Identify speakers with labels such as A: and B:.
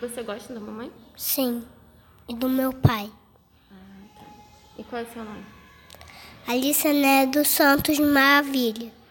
A: Você gosta da mamãe?
B: Sim. E do meu pai.
A: E qual é o seu nome?
B: Alice Né dos Santos Maravilha.